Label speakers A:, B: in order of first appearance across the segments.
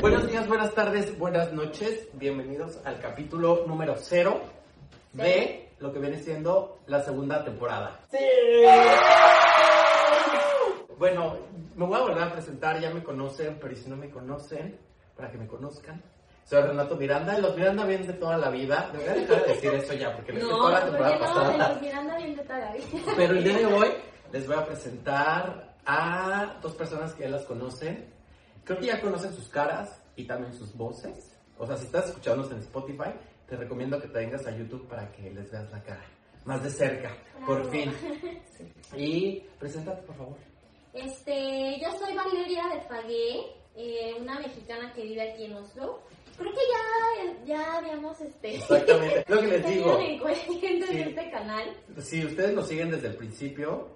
A: buenas tardes, buenas noches. Bienvenidos al capítulo número cero de lo que viene siendo la segunda temporada. Bueno, me voy a volver a presentar, ya me conocen, pero si no me conocen, para que me conozcan. Soy Renato Miranda, los Miranda vienen de toda la vida. Debería dejar de decir eso ya, porque les dije
B: No,
A: toda la
B: ¿por qué
A: temporada
B: no? De
A: pasada.
B: los Miranda bien de toda la vida.
A: Pero el día de hoy les voy a presentar a dos personas que ya las conocen. Creo que ya conocen sus caras y también sus voces. O sea, si estás escuchándonos en Spotify, te recomiendo que te vengas a YouTube para que les veas la cara más de cerca, por
B: Bravo.
A: fin. Y preséntate, por favor.
B: Este, yo soy Valeria de Fagué, eh, una mexicana que vive aquí en Oslo. Creo que ya, ya habíamos este,
A: Exactamente. Lo que les digo,
B: tenido un encuentro
A: Sí.
B: en este canal.
A: si ustedes nos siguen desde el principio,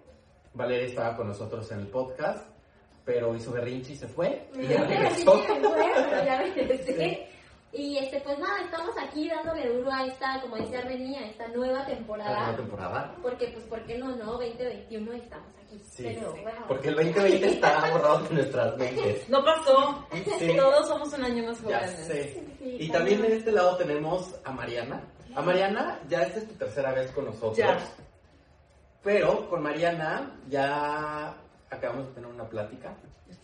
A: Valeria estaba con nosotros en el podcast, pero hizo berrinche y se fue. Y ya regresó.
B: Sí, me fue, pero ya regresé. Y este, pues nada, estamos aquí dándole duro a esta, como decía Reni, a esta nueva
A: La nueva
B: temporada.
A: temporada.
B: Porque, pues, ¿por qué no? No, 2021 estamos aquí.
A: Sí,
B: Pero, bueno.
A: Porque el 2020 está borrado de nuestras mentes.
C: No pasó.
A: Sí.
C: Todos somos un año más
A: Ya
C: jóvenes.
A: sé.
B: Sí,
A: Y también de este lado tenemos a Mariana. A Mariana, ya esta es tu tercera vez con nosotros.
C: Ya.
A: Pero con Mariana ya acabamos de tener una plática.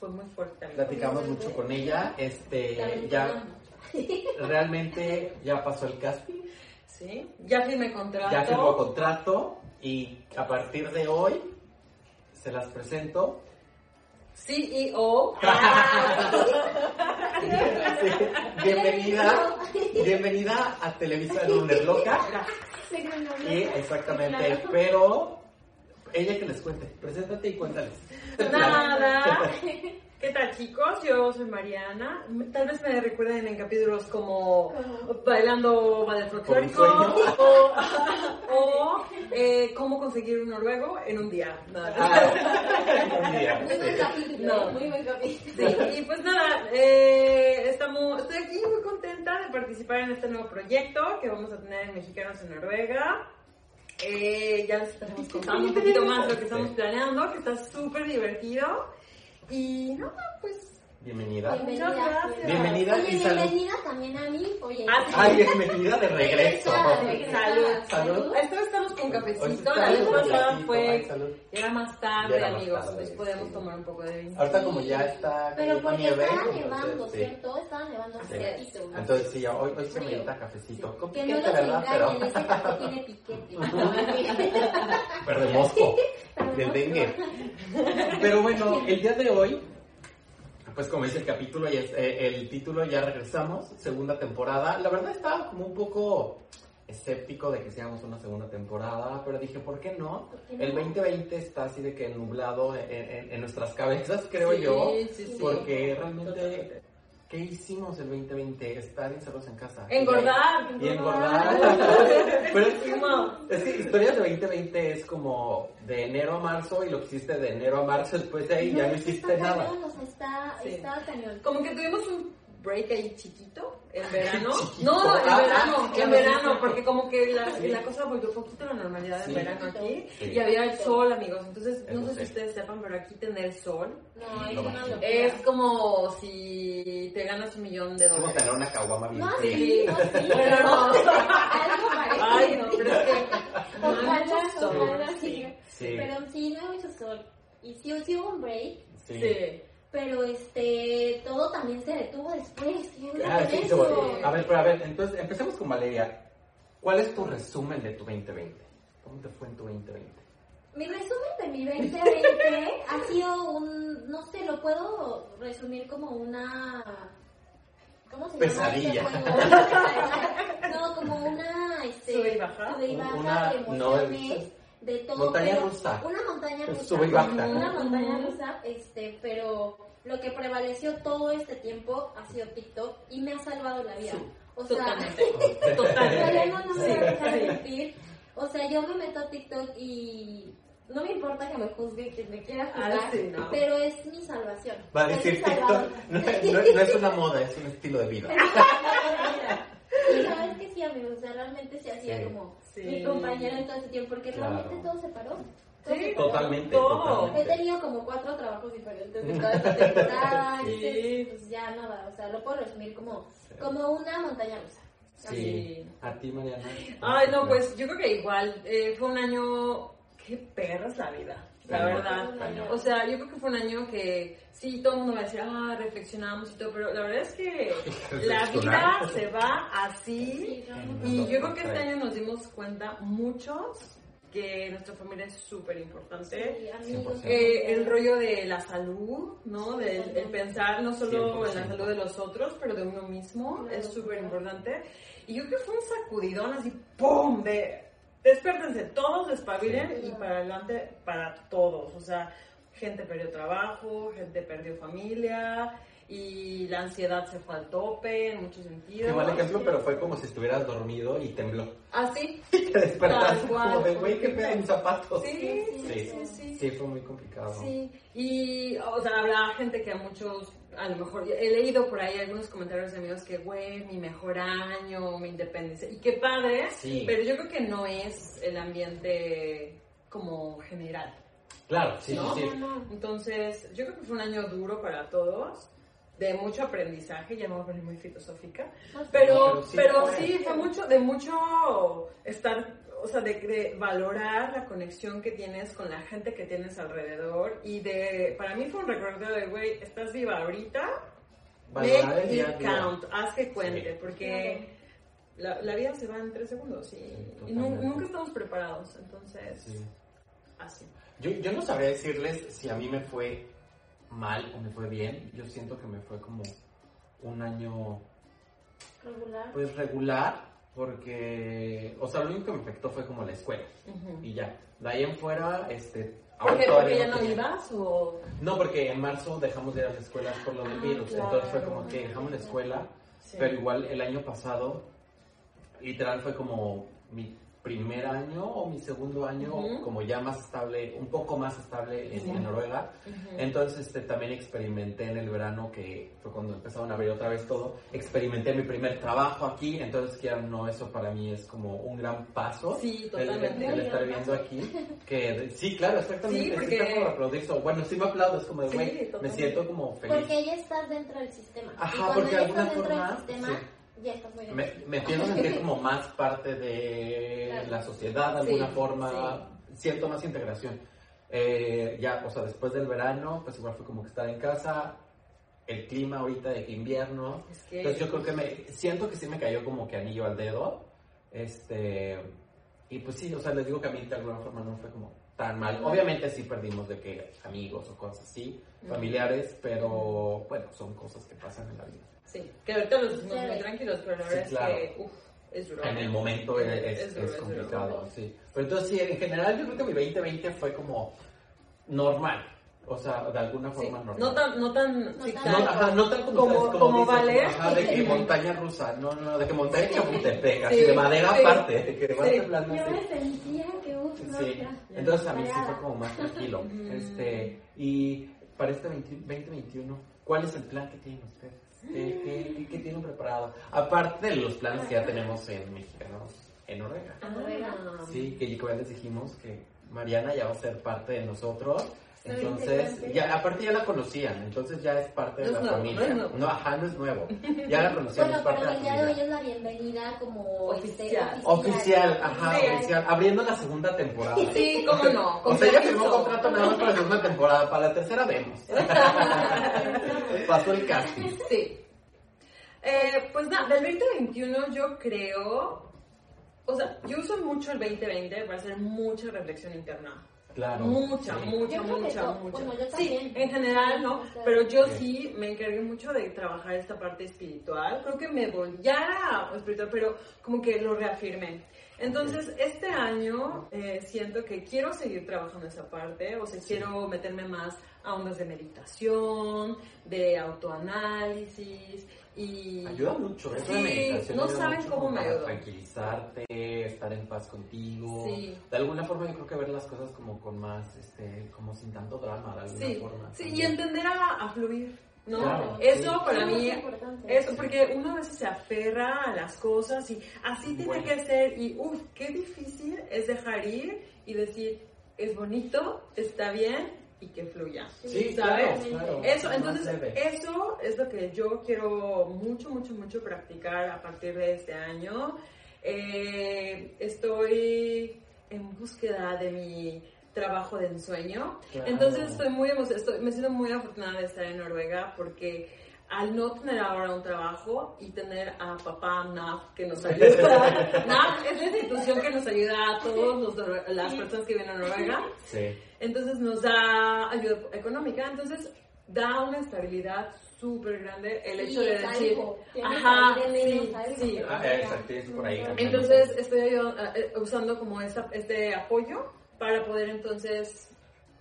C: Fue muy fuerte. amigo.
A: Platicamos mucho con ella. Este,
B: También
A: ya
B: tenemos.
A: realmente ya pasó el casting.
C: Sí. Ya firmé contrato.
A: Ya firmó contrato. Y a partir de hoy se las presento.
C: CEO.
A: Sí. Bienvenida. Bienvenida a Televisa Lunes Loca.
B: Sí, con los
A: Sí,
B: lentes.
A: exactamente.
B: Claro.
A: Pero ella que les cuente. Preséntate y cuéntales.
C: Nada. ¿Qué tal chicos? Yo soy Mariana. Tal vez me recuerden en capítulos como bailando ballet folclórico
A: Como un
C: o, o, eh, cómo conseguir un noruego en un día. Nada.
A: Ah,
B: Muy buen capítulo,
C: No.
B: muy buen capítulo.
C: Sí, y pues nada, eh, estamos, estoy aquí muy contenta de participar en este nuevo proyecto que vamos a tener en Mexicanos en Noruega. Eh, ya les estaremos contando un poquito más lo que estamos planeando, que está súper divertido. Y no, pues...
A: Bienvenida.
C: gracias.
A: Bienvenida
B: Oye,
A: y salud.
B: bienvenida también a mí. Oye,
C: Ah, sí.
A: Ay, bienvenida de regreso.
B: Regresa, regresa.
C: Salud.
A: Salud.
C: Esta vez estamos con
A: Hoy sí
C: cafecito, la
A: está
C: vez
A: bien,
C: pasada
A: ratito. Ay,
C: fue...
A: salud.
C: Era más
A: Ya
C: tarde,
A: era más
C: amigos,
A: tarde,
C: les
A: sí.
C: podemos tomar un poco de vino.
A: Ahorita como ya está
B: Pero
A: con
B: porque
A: nieve,
B: estaba
A: entonces,
B: nevando,
A: sí.
B: ¿cierto? Estaba nevando hace
A: Sí.
B: ratito. ¿no?
A: Entonces sí, ya hoy, hoy se
B: Frío.
A: medita cafecito. Con
B: que no
A: piquete,
B: los
A: ¿verdad?
B: engañen,
A: Pero,
B: ese café tiene piquete.
A: pero de mosco.
B: Pero
A: Del
B: no,
A: dengue. Pero bueno, el día de hoy, pues como dice el capítulo y es, eh, el título, ya regresamos, segunda temporada. La verdad estaba como un poco escéptico de que seamos una segunda temporada, pero dije, ¿por qué no?
B: ¿Por qué no?
A: El 2020 está así de que nublado en, en- en nuestras cabezas, creo
C: Sí,
A: yo,
C: sí, sí.
A: porque realmente, ¿qué hicimos el 2020? Estar encerrados en casa.
C: Engordar.
A: Y engordar. Pero es que
C: No.
A: es que historias de 2020 es como de enero a marzo y lo que hiciste de enero a marzo, después de ahí ya no
B: es que
A: hiciste
B: está
A: nada.
B: cañón, o sea, está,
C: Sí.
B: está cañón.
C: Como que tuvimos un break ahí chiquito en verano.
A: Chiquito.
C: No, en
A: Ah,
C: verano,
A: ah, sí,
C: en
A: claro, sí,
C: verano,
A: sí.
C: porque como que la,
A: Sí.
C: la cosa volvió un poquito a la normalidad
A: Sí.
C: en verano aquí
A: Sí.
C: y había el sol, amigos. Entonces, no
A: Eso
C: sé si
A: sí.
C: ustedes sepan, pero aquí tener sol
B: No, es
A: No,
B: una locura.
C: es como si te ganas un millón de
A: Es como
C: dólares.
A: tener una caguama bien
B: No,
A: fría.
B: sí, no, sí.
C: Pero no.
B: Algo parecido.
C: Ay, no, pero es que no hay
B: Ojalá,
C: mucho sol.
B: ojalá sí.
C: Sí.
A: Sí.
B: Pero sí, no hay mucho sol. Y sí, sí hubo un break,
A: Sí.
C: Sí.
B: pero este, todo también se detuvo después. ¿Qué onda
A: Ah,
B: con
A: sí, se
B: eso?
A: volvió. A ver, pero a ver, entonces empecemos con Valeria. ¿Cuál es tu resumen de tu 2020? ¿Cómo te fue en tu 2020?
B: Mi resumen de mi 2020 ha sido un, no sé, lo puedo resumir como una... ¿Cómo se
A: Pesadilla.
B: llama? este juego? no, como una... Este,
C: Sube y baja.
B: sube y baja
A: Una-
B: de
A: no,
B: emociones, de todo.
A: Montaña
B: pero-
A: rusa.
B: Una montaña rusa.
A: Sube y baja.
B: Una montaña
C: Ujú.
B: rusa, este, pero lo que prevaleció todo este tiempo ha sido TikTok y me ha salvado la vida. O sea,
C: Totalmente.
B: Ojalá
C: Totalmente.
B: no, no me voy a dejar de mentir. O sea, yo me meto a TikTok y no me importa que me juzgue que me quiera juzgar,
C: Ah, sí, no.
B: pero es mi salvación.
A: Va a
B: Es
A: decir
B: mi salvador.
A: TikTok. No, no- no es una moda, es un estilo de vida.
B: Y sabes que sí, amigos, o sea, realmente sí ha sido
A: Sí.
B: como
C: Sí.
B: mi compañero en todo ese tiempo, porque
A: Claro.
B: realmente todo se paró. Sí.
A: Totalmente,
C: Todo.
B: He
A: totalmente.
B: tenido como cuatro trabajos diferentes en toda esta temporada.
C: Sí.
B: entonces, pues ya nada, o sea, lo puedo resumir como, como una montaña rusa.
A: Sí. A ti, Mariana.
C: Ay, no, pues yo creo que igual eh, fue un año. Qué perra es la vida, la
A: Cañón,
C: verdad.
B: cañón.
C: O sea, yo creo que fue un año que sí, todo el mundo va a decir, ah, reflexionamos y todo, pero la verdad es que la vida
A: Reflexionar.
C: se va así.
B: Sí, son-
C: Y yo creo que este año nos dimos cuenta muchos que nuestra familia es súper importante.
B: sí, amigos.
A: 100%.
C: Eh, el rollo de la salud, ¿no? Del el pensar no solo en la
A: 100%.
C: salud de los otros, pero de uno mismo,
B: Claro.
C: es súper importante. Y yo creo que fue un sacudidón así, ¡pum! de despiértense, todos despabilen
B: Sí.
C: y para adelante para todos. O sea, gente perdió trabajo, gente perdió familia y la ansiedad se fue al tope en muchos sentidos.
A: Qué mal ejemplo, pero fue como si estuvieras dormido y tembló.
C: Así,
A: Y te despertaste
C: Tal cual,
A: como de, güey, qué
C: horrible.
A: pedo, mis zapatos.
C: sí,
A: Sí.
C: sí, sí, sí.
A: Sí, fue muy complicado.
C: Sí, y, o sea, habrá gente que a muchos, a lo mejor, he leído por ahí algunos comentarios de amigos que, güey, mi mejor año, me independicé, y qué padre,
A: Sí.
C: pero yo creo que no es el ambiente como general.
A: Claro, sí,
C: ¿No?
A: sí, sí.
C: Entonces, yo creo que fue un año duro para todos, de mucho aprendizaje, ya me voy a poner muy filosófica, pero,
A: Pero sí,
C: pero
A: fue.
C: sí, fue mucho, de mucho estar, o sea, de, de valorar la conexión que tienes con la gente que tienes alrededor y de, para mí fue un recuerdo de, güey, estás viva ahorita,
A: Valorar
C: make
A: el día a
C: it
A: día.
C: count, haz que cuente,
A: Sí.
C: porque la, la vida se va en tres segundos y,
A: Sí,
C: y nu-
A: totalmente.
C: nunca estamos preparados, entonces,
A: Sí.
C: así.
A: Yo, yo no sabría decirles si a mí me fue mal o me fue bien. Yo siento que me fue como un año
B: regular.
A: pues regular porque, o sea, lo único que me afectó fue como la escuela y ya. De ahí en fuera, este...
C: ¿Por
A: ahora
C: qué?
A: todavía
C: ¿Porque ya no
A: tenía-
C: ibas o...?
A: No, porque en marzo dejamos de ir a las escuelas por lo del
C: Ah,
A: virus.
C: claro.
A: Entonces fue como que dejamos la escuela,
C: Sí.
A: pero igual el año pasado, literal fue como mi primer año o mi segundo año,
C: Ujú.
A: como ya más estable, un poco más estable en,
C: Ujú.
A: en Noruega.
C: Ujú.
A: Entonces este, también experimenté en el verano, que fue cuando empezaron a abrir otra vez todo, experimenté mi primer trabajo aquí, entonces que no, eso para mí es como un gran paso.
C: Sí,
A: El, el-
C: totalmente.
A: el estar viendo aquí, que sí, claro, exactamente,
C: Sí,
A: sí,
C: porque-
A: está como aplaudir, so- bueno, sí me aplaudo, es como de,
C: Sí,
A: güey, me
C: totalmente.
A: siento como feliz.
B: Porque ya estás dentro del sistema.
A: Ajá,
B: y cuando
A: porque
B: ya
A: de
B: estás
A: alguna
B: dentro del
A: forma,
B: sistema, ya estás muy
A: Me,
B: bien.
A: me empiezo a sentir como más parte de
B: Claro.
A: la sociedad de
C: Sí,
A: alguna forma, siento más integración. Eh, ya, o sea, después del verano, pues igual fue como que estar en casa, el clima ahorita de invierno.
C: Es que...
A: Entonces yo creo que me, siento que sí me cayó como que anillo al dedo. Este, y pues sí, o sea, les digo que a mí de alguna forma no fue como tan mal. Obviamente sí perdimos de que amigos o cosas así, familiares, pero bueno, son cosas que pasan en la vida.
C: Sí, que ahorita los decimos
B: Sí.
C: muy tranquilos, pero la verdad
A: Sí, claro.
C: es que uf, es duro.
A: En el momento es, es-
C: Es duro,
A: es
C: es duro.
A: complicado, sí. Pero entonces, sí, en general, yo creo que mi 2020 fue como normal. O sea, de alguna
C: Sí,
A: forma normal.
C: No tan, no tan,
B: No
C: sí,
B: tan-
A: No,
C: claro.
A: ajá, no tan como,
C: Como-
A: ustedes,
C: como
A: dicen,
C: Valer.
A: ajá, de que montaña rusa, no, no, de que montaña de Chapultepec, así
C: Sí,
A: de madera
C: sí.
A: aparte, de que vas
C: Sí.
A: temblando
B: Yo
A: así.
B: me sentía que, uff, no,
A: Sí,
B: ya.
A: entonces a mí sí fue
B: Mareada.
A: como más tranquilo.
C: Mm.
A: este, y para este 20 2021, ¿cuál es el plan que tienen ustedes? ¿Qué, qué, qué- qué tienen preparado? Aparte de los planes que ya tenemos en Mexicanos en Noruega.
C: Ah,
A: Sí, que ya les dijimos que Mariana ya va a ser parte de nosotros.
B: Soy
A: Entonces,
B: integrante.
A: ya, aparte ya la conocían, entonces ya es parte de
C: No
A: la
C: es nuevo,
A: familia.
C: no es nuevo.
A: ajá, no es nuevo. Ya la conocían,
B: Bueno,
A: es parte
B: pero
A: de la
B: el día de hoy
A: familia.
B: es la bienvenida como este,
C: Oficial.
A: Oficial, ajá,
C: Sí.
A: oficial, abriendo la segunda temporada.
C: Sí, cómo no.
A: O sea, ya firmó contrato nada más para la segunda temporada, para la tercera vemos. Pasó el casting.
C: Sí. Eh, pues nada, del 2021 yo creo, o sea, yo uso mucho el 2020 para hacer mucha reflexión interna.
A: Claro.
C: Mucha,
A: Sí.
C: mucha,
B: Yo creo que
C: mucha,
B: to-
C: mucha.
B: bueno, yo
C: sí,
B: también.
C: en general, ¿no?
B: O sea,
C: Pero yo
A: Sí.
C: sí me encargué mucho de trabajar esta parte espiritual. Creo que me volví, ya era espiritual, pero como que lo reafirmé. Entonces, este año eh, siento que quiero seguir trabajando esa parte, o sea, quiero meterme más a ondas de meditación, de autoanálisis y...
A: Ayuda mucho, eso de
C: Sí,
A: meditación
C: no
A: ayuda
C: saben
A: mucho
C: cómo
A: como
C: me
A: para
C: ayudó.
A: Tranquilizarte, estar en paz contigo.
C: Sí.
A: De alguna forma yo creo que ver las cosas como con más, este, como sin tanto drama, de alguna
C: Sí,
A: forma.
C: sí, y
A: también.
C: entender a, a fluir, ¿no?
A: Claro,
C: Eso
A: sí.
C: para
B: Sí,
C: mí
B: es importante.
C: Eso, porque uno a veces se aferra a las cosas y así tiene
A: Bueno.
C: que ser y uff, qué difícil es dejar ir y decir, es bonito, está bien y que fluya.
A: Sí,
C: ¿sabes?
A: claro, claro.
C: Eso,
A: Lo más
C: entonces,
A: leve.
C: eso es lo que yo quiero mucho, mucho, mucho practicar a partir de este año. Eh, estoy en búsqueda de mi trabajo de ensueño.
A: Claro.
C: Entonces, estoy muy emo- estoy- me siento muy afortunada de estar en Noruega porque al no tener ahora un trabajo y tener a papá NAF que nos ayuda, NAF es la institución que nos ayuda a todas las personas que viven a Noruega.
A: Sí.
C: Entonces nos da ayuda económica, entonces da una estabilidad súper grande el
B: Sí,
C: hecho de
B: es
C: decir,
B: algo, tienes
C: ajá,
B: algo de
C: sí,
B: menos, algo
C: sí.
B: de-
A: Ah, exacto, es por ahí. también.
C: Entonces estoy ayu- eh, usando como esta- este apoyo para poder entonces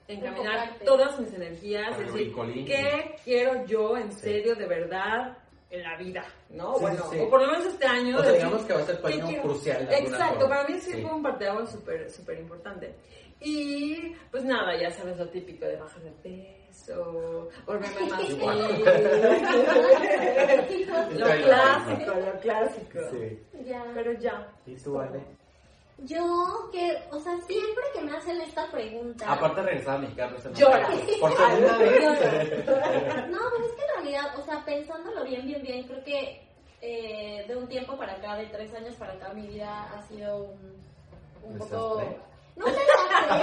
C: encaminar
B: Enfocarte.
C: todas mis energías,
A: Con
C: es
A: Ricolín.
C: decir, qué quiero yo en serio, de verdad, en la vida, ¿no?
A: Sí,
C: bueno,
A: sí, sí.
C: o por lo menos este año.
A: O sea,
C: decir,
A: digamos que va a ser tu
C: ¿qué
A: año
C: quiero?
A: crucial. de alguna
C: Exacto,
A: forma.
C: para mí sí,
A: Sí.
C: fue un parteaguas súper, súper importante. Y pues nada, ya sabes lo típico de bajar de peso, volverme más
A: Igual.
C: fit. lo
A: Está bien,
C: clásico, lo clásico.
A: Sí.
B: Ya.
C: Pero ya.
A: ¿Y tú, Ale?
B: Yo que, o sea, siempre que me hacen esta pregunta.
A: Aparte regresaba a Mexicano este
C: Ah. Llora.
A: nombre. Por segunda vez.
B: No, pues es que en realidad, o sea, pensándolo bien, bien, bien, creo que eh, de un tiempo para acá, de tres años para acá, mi vida ha sido un, un poco...
A: ¿Desastre?
B: No un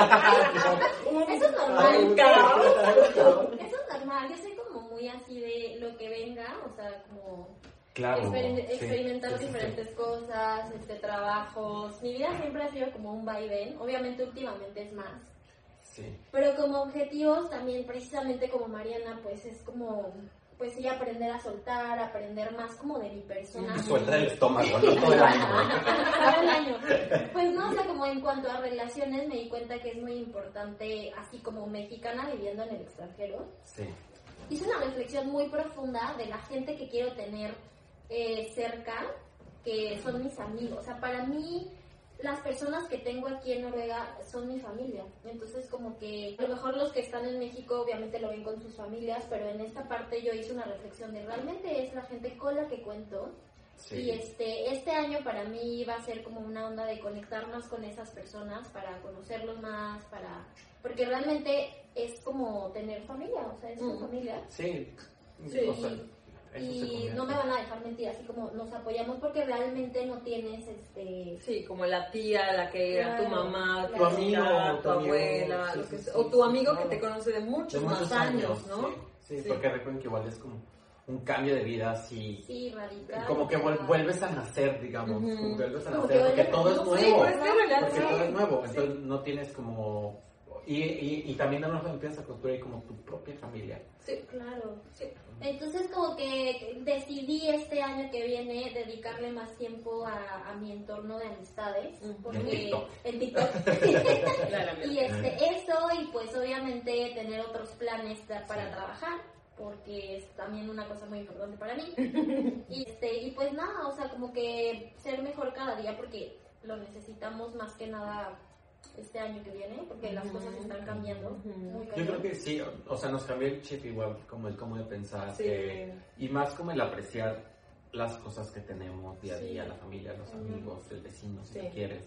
B: desastre. Eso es normal.
C: Caos.
B: Eso es normal. Yo soy como muy así de lo que venga, o sea, como
A: Claro.
B: experim-
A: sí,
B: experimentar
A: sí, sí, sí.
B: diferentes cosas, este, trabajos. Mi vida siempre ha sido como un vaivén. Obviamente, últimamente es más.
A: Sí.
B: Pero como objetivos también, precisamente como Mariana, pues es como, pues sí, aprender a soltar, aprender más como de mi persona.
A: Y suelta el estómago, no todo el ánimo.
B: Todo el año. Pues no, o sea, como en cuanto a relaciones me di cuenta que es muy importante, así como mexicana viviendo en el extranjero,
A: Sí.
B: hice una reflexión muy profunda de la gente que quiero tener eh, cerca, que son mis amigos. O sea, para mí, las personas que tengo aquí en Noruega son mi familia. Entonces, como que a lo mejor los que están en México obviamente lo ven con sus familias, pero en esta parte yo hice una reflexión de realmente es la gente con la que cuento. Y
A: Sí.
B: este, este año para mí va a ser como una onda de conectar más con esas personas para conocerlos más, para porque realmente es como tener familia, o sea, es tu
C: Mm.
B: familia.
A: Sí.
C: Sí.
A: O sea, eso se
B: Y
A: convierte.
B: no me van a dejar mentir, así como nos apoyamos porque realmente no tienes este...
C: Sí, como la tía, la que era tu
B: Claro.
C: mamá,
B: Tu
A: amigo,
C: tía,
A: tu
C: tu
A: amigo,
C: abuela,
A: sí,
C: lo
A: sí,
C: que
A: sí,
C: sea. o
A: sí,
C: tu amigo
A: claro.
C: que te conoce de muchos,
A: De
C: más años, ¿no?
A: Sí, sí,
C: Sí.
A: porque recuerden que igual es como un cambio de vida así.
B: Sí, radical.
A: Como que vuel- vuelves a nacer, digamos.
C: Ujú.
A: Como que vuelves a
B: Como
A: nacer,
B: que
A: porque
B: vuelves-
A: todo es
B: no, sí,
A: nuevo.
B: pues,
A: Porque todo es
C: Porque
A: nuevo, entonces no tienes como... Y, y, y también no empiezas a construir como tu propia familia.
C: Sí,
B: Claro.
C: sí.
B: Entonces como que decidí este año que viene dedicarle más tiempo a, a mi entorno de amistades.
C: Ujú.
B: Porque
A: En TikTok.
B: En TikTok.
C: Claramente.
B: Y este, eso, y pues obviamente tener otros planes da- para trabajar, porque es también una cosa muy importante para mí. y, este, y pues nada, o sea, como que ser mejor cada día, porque lo necesitamos más que nada este año que viene, porque las cosas están cambiando.
C: Ujú.
B: Muy
A: Yo creo
B: cañón.
A: que sí, o- o sea, nos cambió el chip igual, como el cómo de pensar.
C: Sí.
A: que- y más como el apreciar las cosas que tenemos día a
B: Sí.
A: día, la familia, los
C: Ujú.
A: amigos, el vecino, si
C: Sí.
A: tú quieres.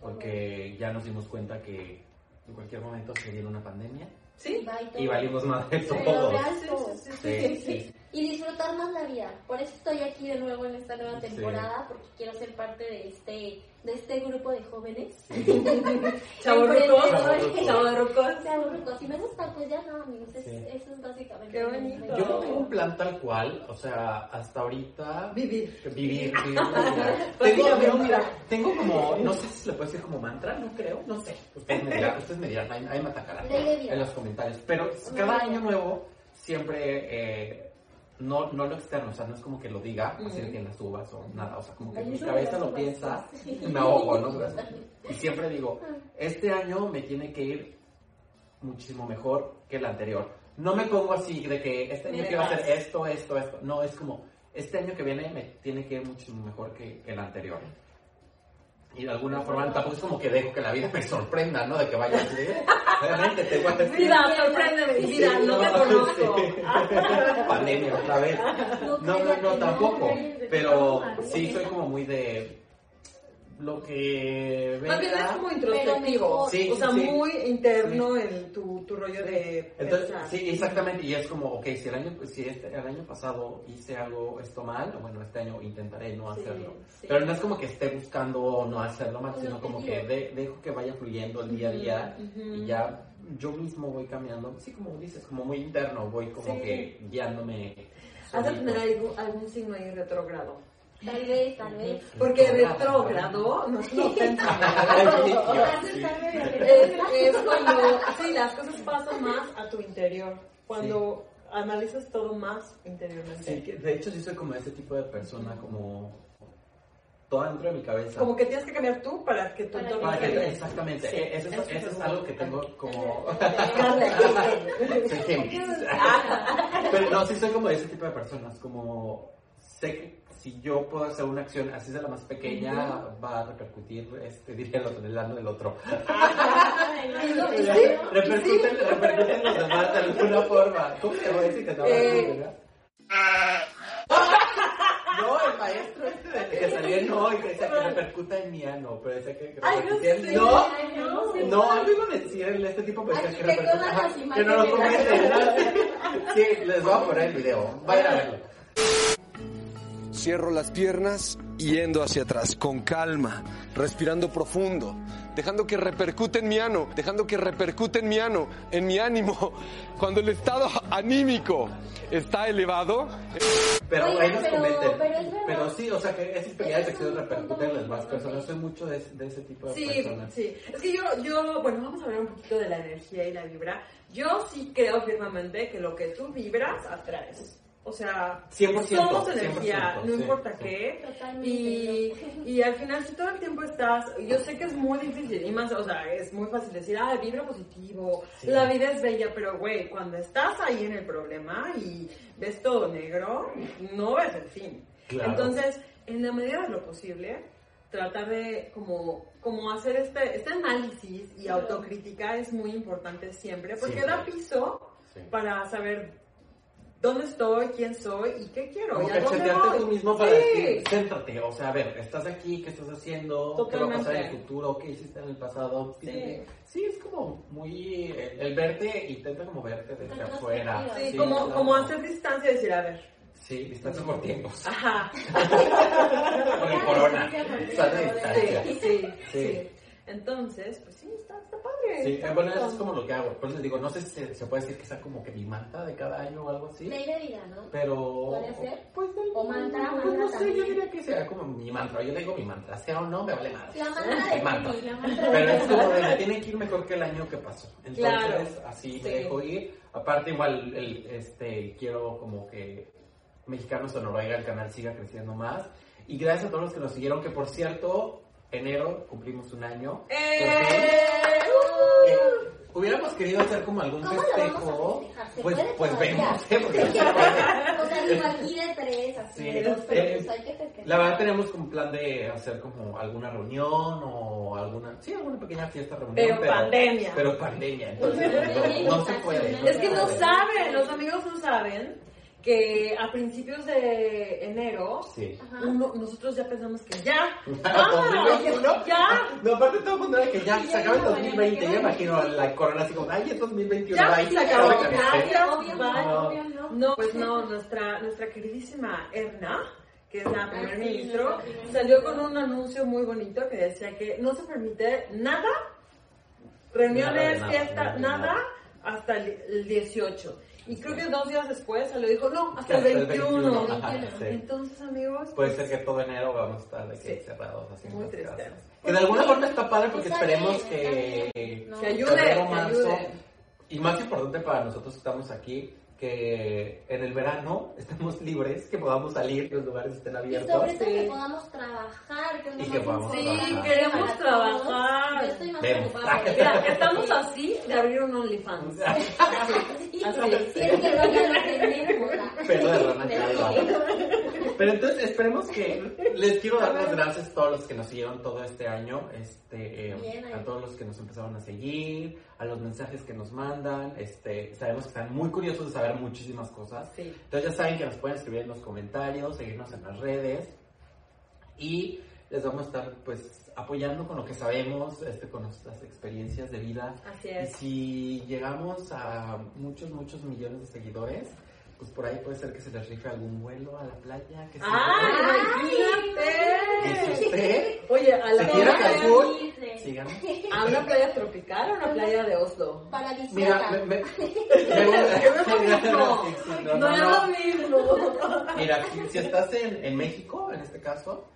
A: Porque ya nos dimos cuenta que en cualquier momento se viene una pandemia
C: Sí.
B: Va y todo.
A: y valimos más de
B: Pero
A: todo.
B: real
C: Sí,
B: todo.
C: sí,
A: Sí, sí.
B: Y disfrutar más la vida. Por eso estoy aquí de nuevo en esta nueva temporada, porque quiero ser parte de este, de este grupo de jóvenes.
C: Chavo
B: Emprendedores.
C: Rucos. Chavo
B: O
C: Rucos.
B: sea, lo rico. Si me gusta, pues ya no, amigos. Es-
A: Sí.
B: Eso es básicamente.
C: Qué bonito.
A: Yo no tengo un plan tal cual, o sea, hasta ahorita
C: Vivir.
A: vivir, vivir. tengo, tengo, mira, tengo como, no sé si se le puede decir como mantra, no creo, no sé. Ustedes me dirán, ustedes me dirán, ahí, ahí me atacarán
B: Ley de vida.
A: en los comentarios. Pero cada año nuevo siempre eh, no, no lo externo, o sea, no es como que lo diga, así de que en las uvas o nada, o sea, como que en mi cabeza lo piensa y me ahogo, ¿no? Y siempre digo, este año me tiene que ir muchísimo mejor que el anterior. No me pongo así de que este año
C: Me
A: quiero
C: das.
A: hacer esto, esto, esto. No, es como, este año que viene me tiene que ir muchísimo mejor que, que el anterior. Y de alguna forma tampoco es como que dejo que la vida me sorprenda, ¿no? De que vaya así. de, Realmente te voy a decir
C: Vida, sorpréndeme. Vida, no te conozco.
A: pandemia otra vez. No, no, no, tampoco. Pero sí soy como muy de lo que
C: Más bien es
A: venga.
C: como introspectivo.
B: mejor.
A: Sí,
C: o sea,
A: sí, sí.
C: muy interno el, tu, tu rollo de.
A: Entonces,
C: pensar.
A: sí, exactamente, y es como, ok, si el año, si este, el año pasado hice algo esto mal, bueno, este año intentaré no
C: Sí,
A: hacerlo.
C: sí.
A: Pero no es como que esté buscando no hacerlo mal,
B: Un
A: sino como que
B: objetivo.
A: de- dejo que vaya fluyendo el día a día
C: Ujú, ujú.
A: y ya yo mismo voy cambiando, sí, como dices, como muy interno, voy como
C: Sí.
A: que guiándome.
C: Has de
A: solito.
C: tener algún, algún signo ahí retrógrado.
B: Tal vez, tal vez.
C: Porque
A: Retrógrado.
C: retrógrado, no es una ofensa.
A: Ay,
B: Tal
A: sí.
B: vez, tal vez, tal
C: es,
B: vez.
C: es cuando sí, las cosas pasan más a tu interior. Cuando analizas todo más
A: Sí,
C: interiormente.
A: que de hecho yo soy como ese tipo de persona, como todo dentro de mi cabeza.
C: Como que tienes que cambiar tú para que tu
B: Para
C: entorno
A: Para que-
C: cambie.
A: exactamente,
C: Sí,
A: e- eso,
C: eso
A: es,
C: es
A: eso es
C: algo
A: algo que tengo
C: importante.
A: como...
C: Carla,
A: soy Géminis. Pero no, sí soy como ese tipo de personas, como sé que si yo puedo hacer una acción así de la más pequeña, va a repercutir, este, diría el otro, el lado del otro.
B: Ay, no,
C: pues
A: Repercute,
B: ¿no?
A: repercute en los demás de alguna forma. ¿Cómo se llama ese que estaba
C: Eh.
A: haciendo, verdad? No, el maestro este del que salió en hoy, que decía que repercuta en mi ano, pero decía que
C: Ay, no
A: repercutía en-
C: sé.
A: No,
B: Ay, no sé.
A: no, algo iba a decir el- este tipo, pero
B: Aquí
A: decía que
B: tengo
A: repercuta.
B: las
A: Ajá, Que
B: imágenes.
A: no lo comenten. Sí, les voy a poner el video. Vayan a verlo.
D: Cierro las piernas yendo hacia atrás con calma, respirando profundo, dejando que repercute en mi ano, dejando que repercute en mi ano, en mi ánimo. Cuando el estado anímico está elevado,
A: Pero
B: Oigan,
A: ahí nos
B: pero-
A: comenten.
B: pero es verdad.
A: Pero sí, o sea, que esa experiencia de
B: Ese es un
A: acción repercute en
B: punto
A: las más
B: muy importante.
A: personas. Soy mucho de, de ese tipo de
C: Sí,
A: personas.
C: sí. Es que yo, yo, bueno, vamos a hablar un poquito de la energía y la vibra. Yo sí creo firmemente que lo que tú vibras atraes. O sea,
A: 100%,
C: somos energía,
A: 100%,
C: no
A: sí,
C: importa
A: sí.
C: qué.
B: Totalmente,
C: Y, y al final, si todo el tiempo estás, yo sé que es muy difícil, y más, o sea, es muy fácil decir, ah, vibra positivo,
A: Sí.
C: la vida es bella, pero güey, cuando estás ahí en el problema y ves todo negro, no ves el fin.
A: Claro.
C: Entonces, en la medida de lo posible, tratar de como, como hacer este, este análisis y autocrítica es muy importante siempre, porque
A: Siempre.
C: da piso
A: Sí.
C: para saber dónde estoy, quién soy y qué quiero.
A: Como
C: y a
A: que
C: dónde
A: chentearte
C: voy.
A: tú mismo para
C: Sí.
A: decir, céntrate, o sea, a ver, estás aquí, ¿qué estás haciendo? ¿Qué va a pasar en el
C: Totalmente.
A: futuro? ¿Qué hiciste en el pasado?
C: Sí.
A: Sí, es como muy... El, el verte, intenta como verte desde
B: Retrospectiva.
A: afuera.
C: Sí,
B: Sí,
C: como,
A: claro.
C: como hacer distancia y decir, a ver,
A: Sí, distancia por tiempos.
C: ajá,
A: Por el corona. Sana distancia.
C: sí, sí,
A: Sí.
C: sí. Entonces, pues sí, está, está padre.
A: Sí,
C: está
A: eh, bueno, eso
C: bonito.
A: es como lo que hago. Por eso les digo, no sé si se, se puede decir que sea como que mi manta de cada año o algo así.
B: Ley de vida, ¿no?
A: Pero.
B: ¿Puede ser?
A: Pues del-
B: O mantra,
A: pues,
B: mantra
A: No sé, yo
B: también.
A: diría que sea como mi mantra. Yo le digo mi mantra, sea o no, me vale madre.
B: La mantra
A: Mi
B: de
A: mantra.
B: Mimi, la mantra de
A: Pero es como de me tiene que ir mejor que el año que pasó. Entonces,
C: Claro.
A: así
C: Sí.
A: me dejo ir. Aparte, igual, el, este, quiero como que Mexicanos en Noruega, el canal siga creciendo más. Y gracias a todos los que nos siguieron, que por cierto, enero cumplimos un año. Por fin.
C: ¡Eh!
A: Eh, Hubiéramos querido hacer como algún
B: ¿Cómo lo vamos a
A: festejo.
B: festejar? ¿Se
A: Pues,
B: puede
A: pues
B: todavía?
A: vemos, ¿eh? Porque no se puede.
B: O sea, digo, aquí de tres, así,
A: Sí,
B: de dos,
A: sí.
B: pero pues hay que festejar.
A: La verdad tenemos como plan de hacer como alguna reunión o alguna, sí, alguna pequeña fiesta reunión.
C: Pero pandemia.
A: Pero pandemia, entonces no, no se puede. no
C: Es
A: se
C: que no
A: puede.
C: saben, los amigos no saben que a principios de enero
A: Sí.
B: Ajá.
C: uno- nosotros ya pensamos que ya, ah,
A: 2021.
C: ya,
A: No, aparte todo el mundo era que ya
B: Sí,
A: se acaba el
B: ya,
A: 2020.
B: ya,
A: Yo
B: ya.
A: imagino la corona así como, ay, es 2021.
C: ya
A: ay,
C: se acabó,
A: ya se
B: acabó.
C: gracias,
B: Obvio,
C: bye.
A: no.
B: obvio, no.
C: No, pues no, nuestra, nuestra queridísima Erna, que es la
B: Ah, sí,
C: primer ministro,
B: nuestra primer
C: salió
B: ministra.
C: con un anuncio muy bonito que decía que no se permite nada, reuniones,
A: Nada de nada,
C: fiesta,
A: nada de
C: nada,
A: nada.
C: hasta el- el 18. Y creo que dos días después se lo dijo, no, hasta el
A: Hasta el
C: 21.
A: 21, ajá, sí.
C: Entonces, amigos,
A: Puede ser que todo enero vamos a estar de que
C: Sí.
A: encerrados así en
C: Muy
A: nuestras
C: triste.
A: casas. Que de alguna forma está padre porque
B: Pues Está bien,
A: esperemos
B: está
A: que,
B: bien, ¿no?
C: Que ayude,
A: febrero,
C: que
A: marzo,
C: ayude.
A: Y más importante para nosotros estamos aquí, que en el verano estemos libres, que podamos salir, que los lugares estén
B: Y
A: abiertos.
B: sobre todo
C: Sí.
B: que podamos trabajar, que es lo
A: Y
B: más
A: que podamos
B: importante.
A: trabajar. Sí,
C: queremos
B: Para todos.
C: trabajar.
B: Yo estoy más
A: Vemos.
B: preocupada.
C: mira, estamos así de abrir un OnlyFans.
B: Sí,
C: Así.
B: quiero que lo vean los de Mérida.
A: Pero de rana
B: Pero
A: calva. Pero entonces esperemos que les quiero dar las gracias a todos los que nos siguieron todo este año, este, eh,
B: Bien, ahí.
A: a todos los que nos empezaron a seguir, a los mensajes que nos mandan, este, sabemos que están muy curiosos de saber muchísimas cosas.
C: Sí.
A: Entonces ya saben que nos pueden escribir en los comentarios, seguirnos en las redes y les vamos a estar pues apoyando con lo que sabemos, este, con nuestras experiencias de vida.
C: Así es.
A: Y si llegamos a muchos, muchos millones de seguidores, pues por ahí puede ser que se les rife algún vuelo a la playa. Que se-
C: ¡Ah,
A: Y si
C: imagínate!
A: usted
E: Oye, a la
A: se quiere a
E: playa,
A: Cancún, síganos.
E: a una playa tropical o a una playa de Oslo.
B: Para
A: Mira,
B: disfrutar.
A: me, me,
E: mismo.
A: Sí, sí, no, no, no. Mira, si, si estás en, en México, en este caso,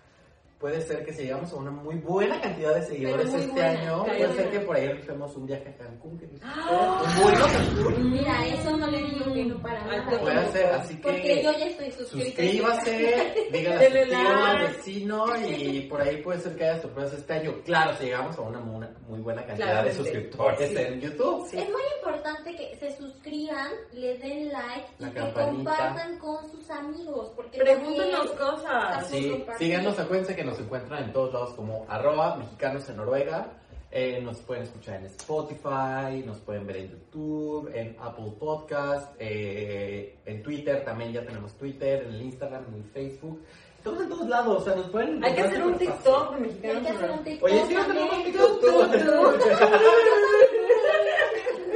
A: puede ser que si llegamos a una muy buena cantidad de seguidores
B: Pero muy
A: este
B: buena,
A: año,
E: claro.
A: puede ser que por ahí realicemos un viaje a Cancún. Que dices,
B: Ah,
A: "Oh, un vuelo a Cancún.
B: Mira, eso no le digo que no para
C: Ay,
B: nada.
C: qué
A: Puede hacer, pues, así
B: Porque yo
A: que
B: ya estoy suscrita.
A: suscríbase, dígale a
C: Dele
A: su tío, al
C: like.
A: vecino y por ahí puede ser que haya sorpresas este año. Claro, si llegamos a una muy, muy buena cantidad de
C: Claramente.
A: suscriptores en YouTube.
B: Es muy importante que se suscriban, le den like y
A: La
B: que
A: campanita.
B: compartan con sus amigos. Porque
C: Pregúntenos
B: también-
C: cosas.
A: Sí,
B: Compartir.
A: síganos, acuérdense que nos encuentran en todos lados como arroba mexicanos en Noruega. Eh, nos pueden escuchar en Spotify, nos pueden ver en YouTube, en Apple Podcast, eh, en Twitter también ya tenemos Twitter, en el Instagram, en el Facebook. Estamos en todos lados, o sea, nos pueden...
C: Hay que hacer un TikTok de
B: Hay
C: mexicanos.
B: que hacer
C: ¿verdad?
B: un TikTok.
A: Oye, sí, ya
B: también.
A: tenemos TikTok.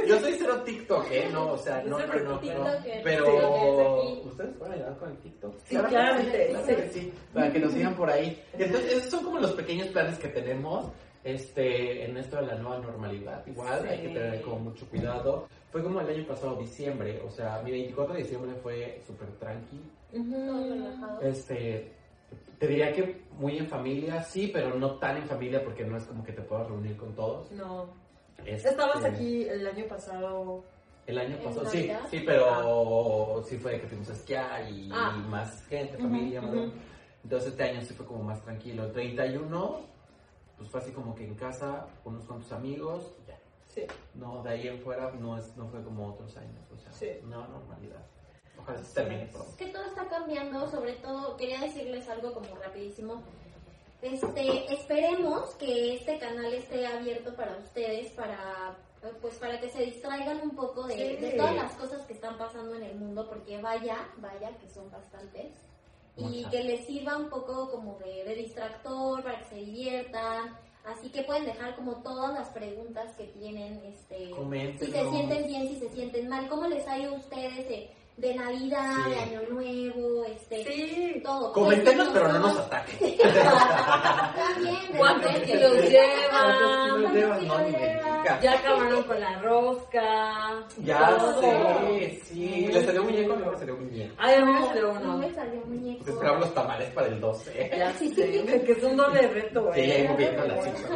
A: Yo soy cero TikTok, ¿eh? No, o sea,
C: Yo
A: no,
C: soy
A: pero no, pero...
B: TikToker,
A: Pero...
B: TikToker aquí.
A: ¿Ustedes pueden ayudar con el TikTok?
C: Sí, claramente,
A: Claro que sí, para que nos sigan por ahí. Entonces, esos son como los pequeños planes que tenemos este, en esto de la nueva normalidad. Igual hay que tener como mucho cuidado. Fue como el año pasado, diciembre, o sea, mi 24 de diciembre fue súper tranqui.
B: Muy relajado.
A: Este, te diría que muy en familia, sí, pero no tan en familia porque no es como que te puedas reunir con todos.
C: No.
A: Este,
C: Estabas aquí el año pasado.
A: El año
B: ¿En
A: pasado, sí,
B: Navidad?
A: sí, pero sí fue que fuimos a esquiar y,
C: Ah.
A: y más gente, familia,
C: Ujú,
A: ¿no?
C: ujú.
A: Entonces este año sí fue como más tranquilo. El 31, pues fue así como que en casa, unos con tus amigos, y ya.
C: Sí.
A: No, de ahí en fuera no, es, no fue como otros años, o sea,
C: Sí.
A: una normalidad. Ojalá se termine pronto.
B: Es que todo está cambiando, sobre todo quería decirles algo como rapidísimo. Este, esperemos que este canal esté abierto para ustedes, para eh, pues para que se distraigan un poco de,
C: Sí.
B: de todas las cosas que están pasando en el mundo, porque vaya, vaya que son bastantes. Y
A: Muchas.
B: que les sirva un poco como de, de distractor, para que se diviertan. Así que pueden dejar como todas las preguntas que tienen, este, si se
A: Coméntenos.
B: sienten bien, si se sienten mal, cómo les ha ido a ustedes de, de Navidad,
A: Sí.
B: de Año Nuevo, este,
C: Sí.
B: todo.
A: Coméntenos,
B: Cuéntenos
A: pero no
B: cómo-
A: nos ataquen.
B: También, de
C: ¿Cuántos
B: repente.
C: kilos
A: ¿Cuántos
C: llevan?
A: kilos llevan? No, ni me digas.
C: Ya acabaron con la rosca.
A: Ya
C: Todo.
A: sé, sí. ¿Le salió muñeco? No, le salió muñeco.
C: Ay, a mí me salió
B: No, no
C: uno.
B: me salió un muñeco.
A: Pues esperamos los tamales para el 12.
C: Ya sé, que es un doble reto, ¿eh?
A: Sí,
C: güey.
A: ahí moviendo las cinco.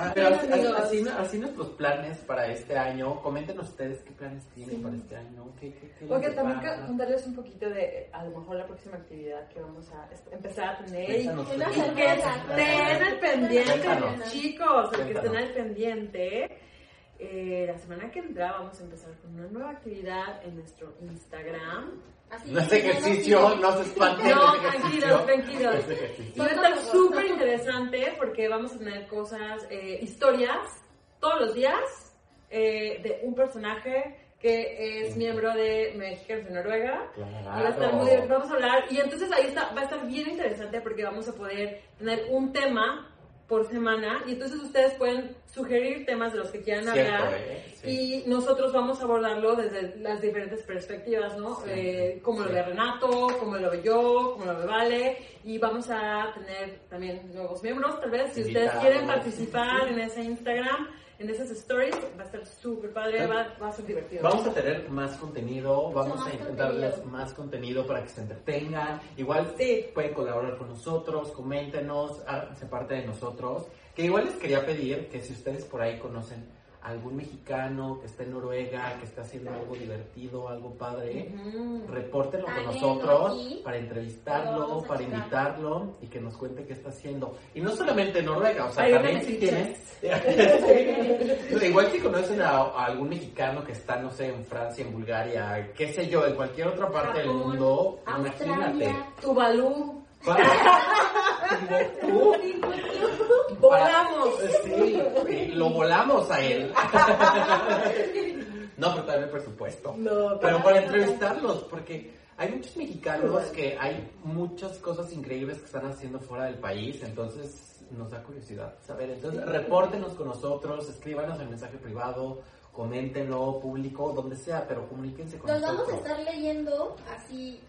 A: Ah, Pero así, así- así- así nuestros planes para este año. Comenten ustedes qué planes tienen para este año. ¿Qué, qué, qué les
C: Porque también
A: depara.
C: ca- contarles un poquito de eh, a lo mejor la próxima actividad que vamos a est- empezar a tener. y-
A: Cuéntanos
B: Una
A: tú.
C: Y que estén al pendiente,
A: Cuéntanos.
C: chicos, que
A: Cuéntanos.
C: estén al pendiente. Eh, la semana que entra vamos a empezar con una nueva actividad en nuestro Instagram.
B: Así
A: No es
B: que
A: ejercicio, no se espanten.
C: No,
A: es ejercicio.
C: tranquilos, tranquilos.
A: Es ejercicio.
C: Y va a estar súper interesante porque vamos a tener cosas, eh, historias todos los días eh, de un personaje que es miembro de Mexicanos de Noruega. Y va a estar muy-
A: Claro.
C: vamos a hablar, y entonces ahí está, va a estar bien interesante porque vamos a poder tener un tema por semana, y entonces ustedes pueden sugerir temas de los que quieran
A: Cierto,
C: hablar,
A: ¿eh? Sí.
C: y nosotros vamos a abordarlo desde las diferentes perspectivas, ¿no?
A: Sí.
C: Eh, como lo
A: Sí.
C: ve Renato, como lo veo yo, como lo ve Vale, y vamos a tener también nuevos miembros, tal vez, si ustedes
A: Invitados.
C: quieren participar en ese Instagram, en esas stories, va a estar súper padre, va, va a ser divertido.
A: Vamos a tener más contenido, vamos
B: Más
A: a intentar darles
B: contenido.
A: más contenido para que se entretengan. Igual
C: Sí.
A: pueden colaborar con nosotros, coméntenos, háganse parte de nosotros. Que igual les quería pedir que si ustedes por ahí conocen a algún mexicano que está en Noruega, que está haciendo algo divertido, algo padre,
C: Ujú.
A: repórtenlo con
B: Tráiganlo
A: nosotros
B: aquí.
A: para
B: Lo
A: entrevistarlo,
B: vamos a
A: para
B: checar.
A: invitarlo y que nos cuente qué está haciendo. Y no solamente en Noruega, o sea,
C: Hay
A: también
C: una
A: si
C: metiche.
A: tienes... Pero Igual si conocen a, a algún mexicano que está, no sé, en Francia, en Bulgaria, qué sé yo, en cualquier otra parte del
B: Japón,
A: mundo, imagínate.
B: Australia.
C: Tuvalu,
A: Para- Como tú.
C: volamos.
A: Sí, lo volamos a él. No, pero también el presupuesto.
C: No,
A: Pero para entrevistarlos, porque Hay muchos mexicanos que hay muchas cosas increíbles que están haciendo fuera del país, entonces nos da curiosidad saber. Entonces, repórtenos con nosotros, escríbanos el mensaje privado, coméntenlo, público, donde sea, pero comuníquense con
B: Los
A: nosotros.
B: vamos a estar leyendo así.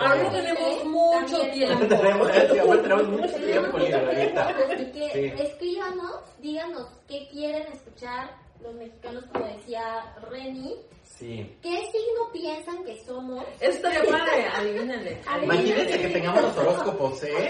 C: Ahora
B: totalmente,
C: tenemos mucho
B: también.
C: tiempo.
A: tenemos, ahora tenemos mucho
B: Tenemos
A: tiempo libre
B: mucho tiempo,
A: ahorita.
B: Así que
A: Sí.
B: escríbanos, díganos qué quieren escuchar los mexicanos, como decía Reni.
A: Sí.
B: ¿Qué signo piensan que somos?
C: Eso estaría padre, adivínenle.
A: Imagínense que tengamos los horóscopos, ¿eh?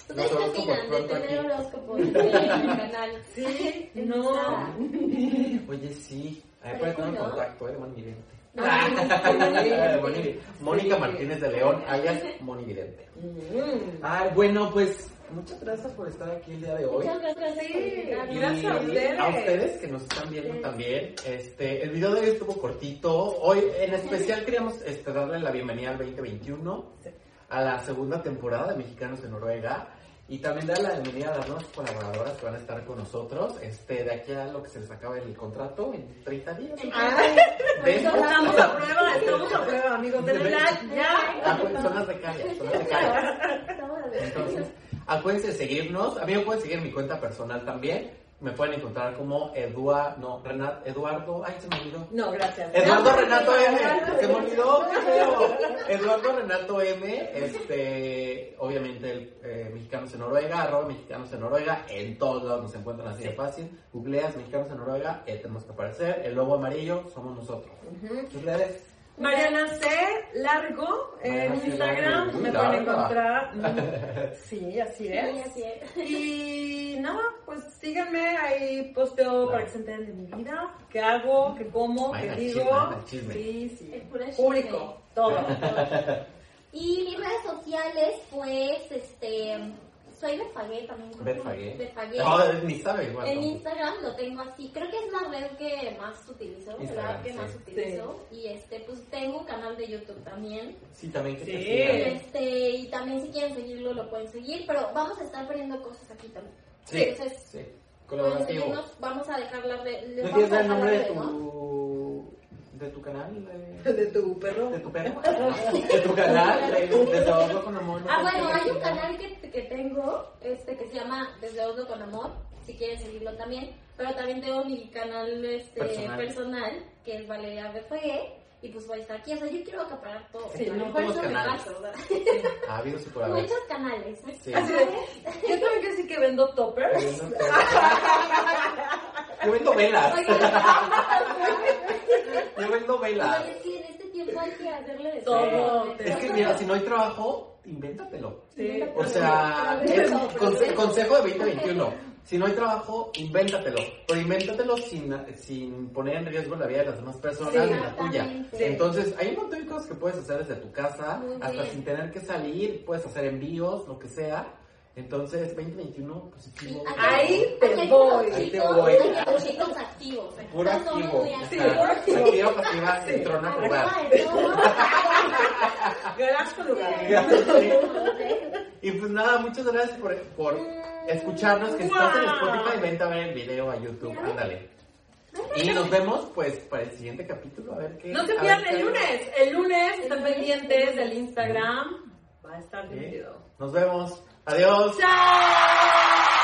B: ¿Ustedes qué
A: Los
B: opinan de
A: horóscopos pronto
B: tener
A: aquí.
B: horóscopos en el canal?
C: Sí,
B: En
C: no.
B: Instagram.
A: Oye, sí. Ahí
B: Pero
A: puedes tener
B: ¿cómo no?
A: contacto, eres monividente.
C: Ah,
A: Ah, monividente. Mónica
E: Sí.
A: Martínez de León, alias monividente.
C: Mm.
A: Ah, bueno, pues muchas gracias por estar aquí el día de hoy.
B: Muchas gracias. por
C: Sí.
B: invitarnos.
A: Y
C: Gracias a ustedes.
A: a ustedes que nos están viendo
B: Sí.
A: también. Este, el video de hoy estuvo cortito. Hoy en especial queríamos este, darle la bienvenida al 2021,
C: Sí.
A: a la segunda temporada de Mexicanos en Noruega. Y también darle la bienvenida a las nuevas colaboradoras que van a estar con nosotros. Este, de aquí a lo que se les acabe el contrato en 30 días.
B: Por eso
A: Vemos.
B: vamos
C: Estamos a prueba, estamos a prueba, amigos. Denle like, ya.
A: Ah, pues, son las becarias, son las becarias. Entonces, acuérdense de seguirnos. A mí me pueden seguir en mi cuenta personal también. Me pueden encontrar como Eduardo, no, Renat, Eduardo, ay, se me olvidó.
C: No, gracias.
A: Eduardo Renato M, se me olvidó, qué feo. Eduardo Renato M, este, obviamente el, eh, Mexicanos en Noruega, arroba Mexicanos en Noruega, en todos lados nos encuentran así de fácil. Googleas Mexicanos en Noruega, eh, tenemos que aparecer. El lobo amarillo somos nosotros. ¿Sus redes?
C: Mariana C. Largo en
A: Mariana C.
C: Instagram.
A: Largo, muy
C: Me pueden
A: larga.
C: encontrar. Mm, Sí, así
B: Sí,
C: es.
B: así es.
C: Y nada, pues síganme, ahí posteo para que se enteren de mi vida, qué hago, qué como, qué
A: Vayan al
C: digo.
A: chisme, vayan al chisme.
C: Sí,
B: Es
C: sí.
B: pura chisme.
C: Público, todo.
B: Y mis redes sociales, pues, este, soy Betfagué también. creo que-
A: Betfagué.
B: Betfagué.
A: No, ni sabe igual.
B: En
A: tampoco.
B: Instagram lo tengo así, creo que es la red que más utilizo,
A: Instagram,
B: la que
A: sí.
B: más utilizo. Y este, pues tengo un canal de YouTube también.
A: Sí, también que te
C: Sí.
A: sigan.
B: Este, y también si quieren seguirlo lo pueden seguir, pero vamos a estar poniendo cosas aquí también.
A: Sí.
B: Entonces,
A: Sí,
B: pueden
A: colaborativo.
B: seguirnos, vamos a dejar la red. les
A: ¿No
B: vamos
A: quieres
B: a
A: dar el
B: dejar la
A: nombre de
B: red, ¿no?
A: tu, de tu canal? De,
C: De tu perro.
A: de tu perro? ¿De tu canal? ¿De, de tu Hablo con amor?
B: Ah, bueno, hay un canal que, que tengo este, que se llama Desde Oslo con Amor, si quieren seguirlo también. Pero también tengo mi canal este,
A: Personal.
B: personal. que es Valeria BFG, y pues voy a estar aquí. O sea, yo quiero acaparar todo.
A: Sí,
B: a lo
A: no,
B: mejor
A: todos
B: eso me
A: canales.
B: pasa, ¿verdad?
A: Ha Ah, habido su colaboración.
B: Muchos canales.
A: Sí.
C: Así de, Yo también quiero decir que vendo toppers.
A: Yo vendo velas.
B: Oigan,
A: Yo vendo velas.
B: oye, es que en este tiempo hay que hacerle de
C: Todo.
B: todo.
A: Es que mira, si no hay trabajo, invéntatelo.
C: Sí.
A: O sea, es un conse- consejo de 2021. Si no hay trabajo, invéntatelo. Pero invéntatelo sin, sin poner en riesgo la vida de las demás personas
C: Sí,
A: ni la tuya.
B: exactamente. Sí.
A: Entonces, hay un montón de cosas que puedes hacer desde tu casa,
B: Muy
A: hasta
B: bien.
A: sin tener que salir, puedes hacer envíos, lo que sea. Entonces, 2021 positivo.
C: Ahí te
B: hay
C: voy.
B: puros
A: Ahí te
B: chicos-
A: voy.
B: hay puros chicos activos.
A: Puro
B: Nosotros somos
A: activo.
B: muy
A: Ajá.
B: activos.
A: Activo, pasiva, sin
B: 哎
A: trono a jugar.
B: Acaba de todo.
C: Gracias por lugar.
A: Y pues nada, muchas gracias por, por escucharnos. Que si estás en Spotify, vente a ver el video a YouTube. Ándale. Y nos vemos pues para el siguiente capítulo. A ver qué.
C: No se
A: a
C: pierdan
A: ver qué-
C: el lunes. El lunes están
B: lunes,
C: pendientes
B: el lunes.
C: del Instagram. Va a estar
A: Sí.
C: divertido.
A: Nos vemos. Adiós.
C: ¡Chao!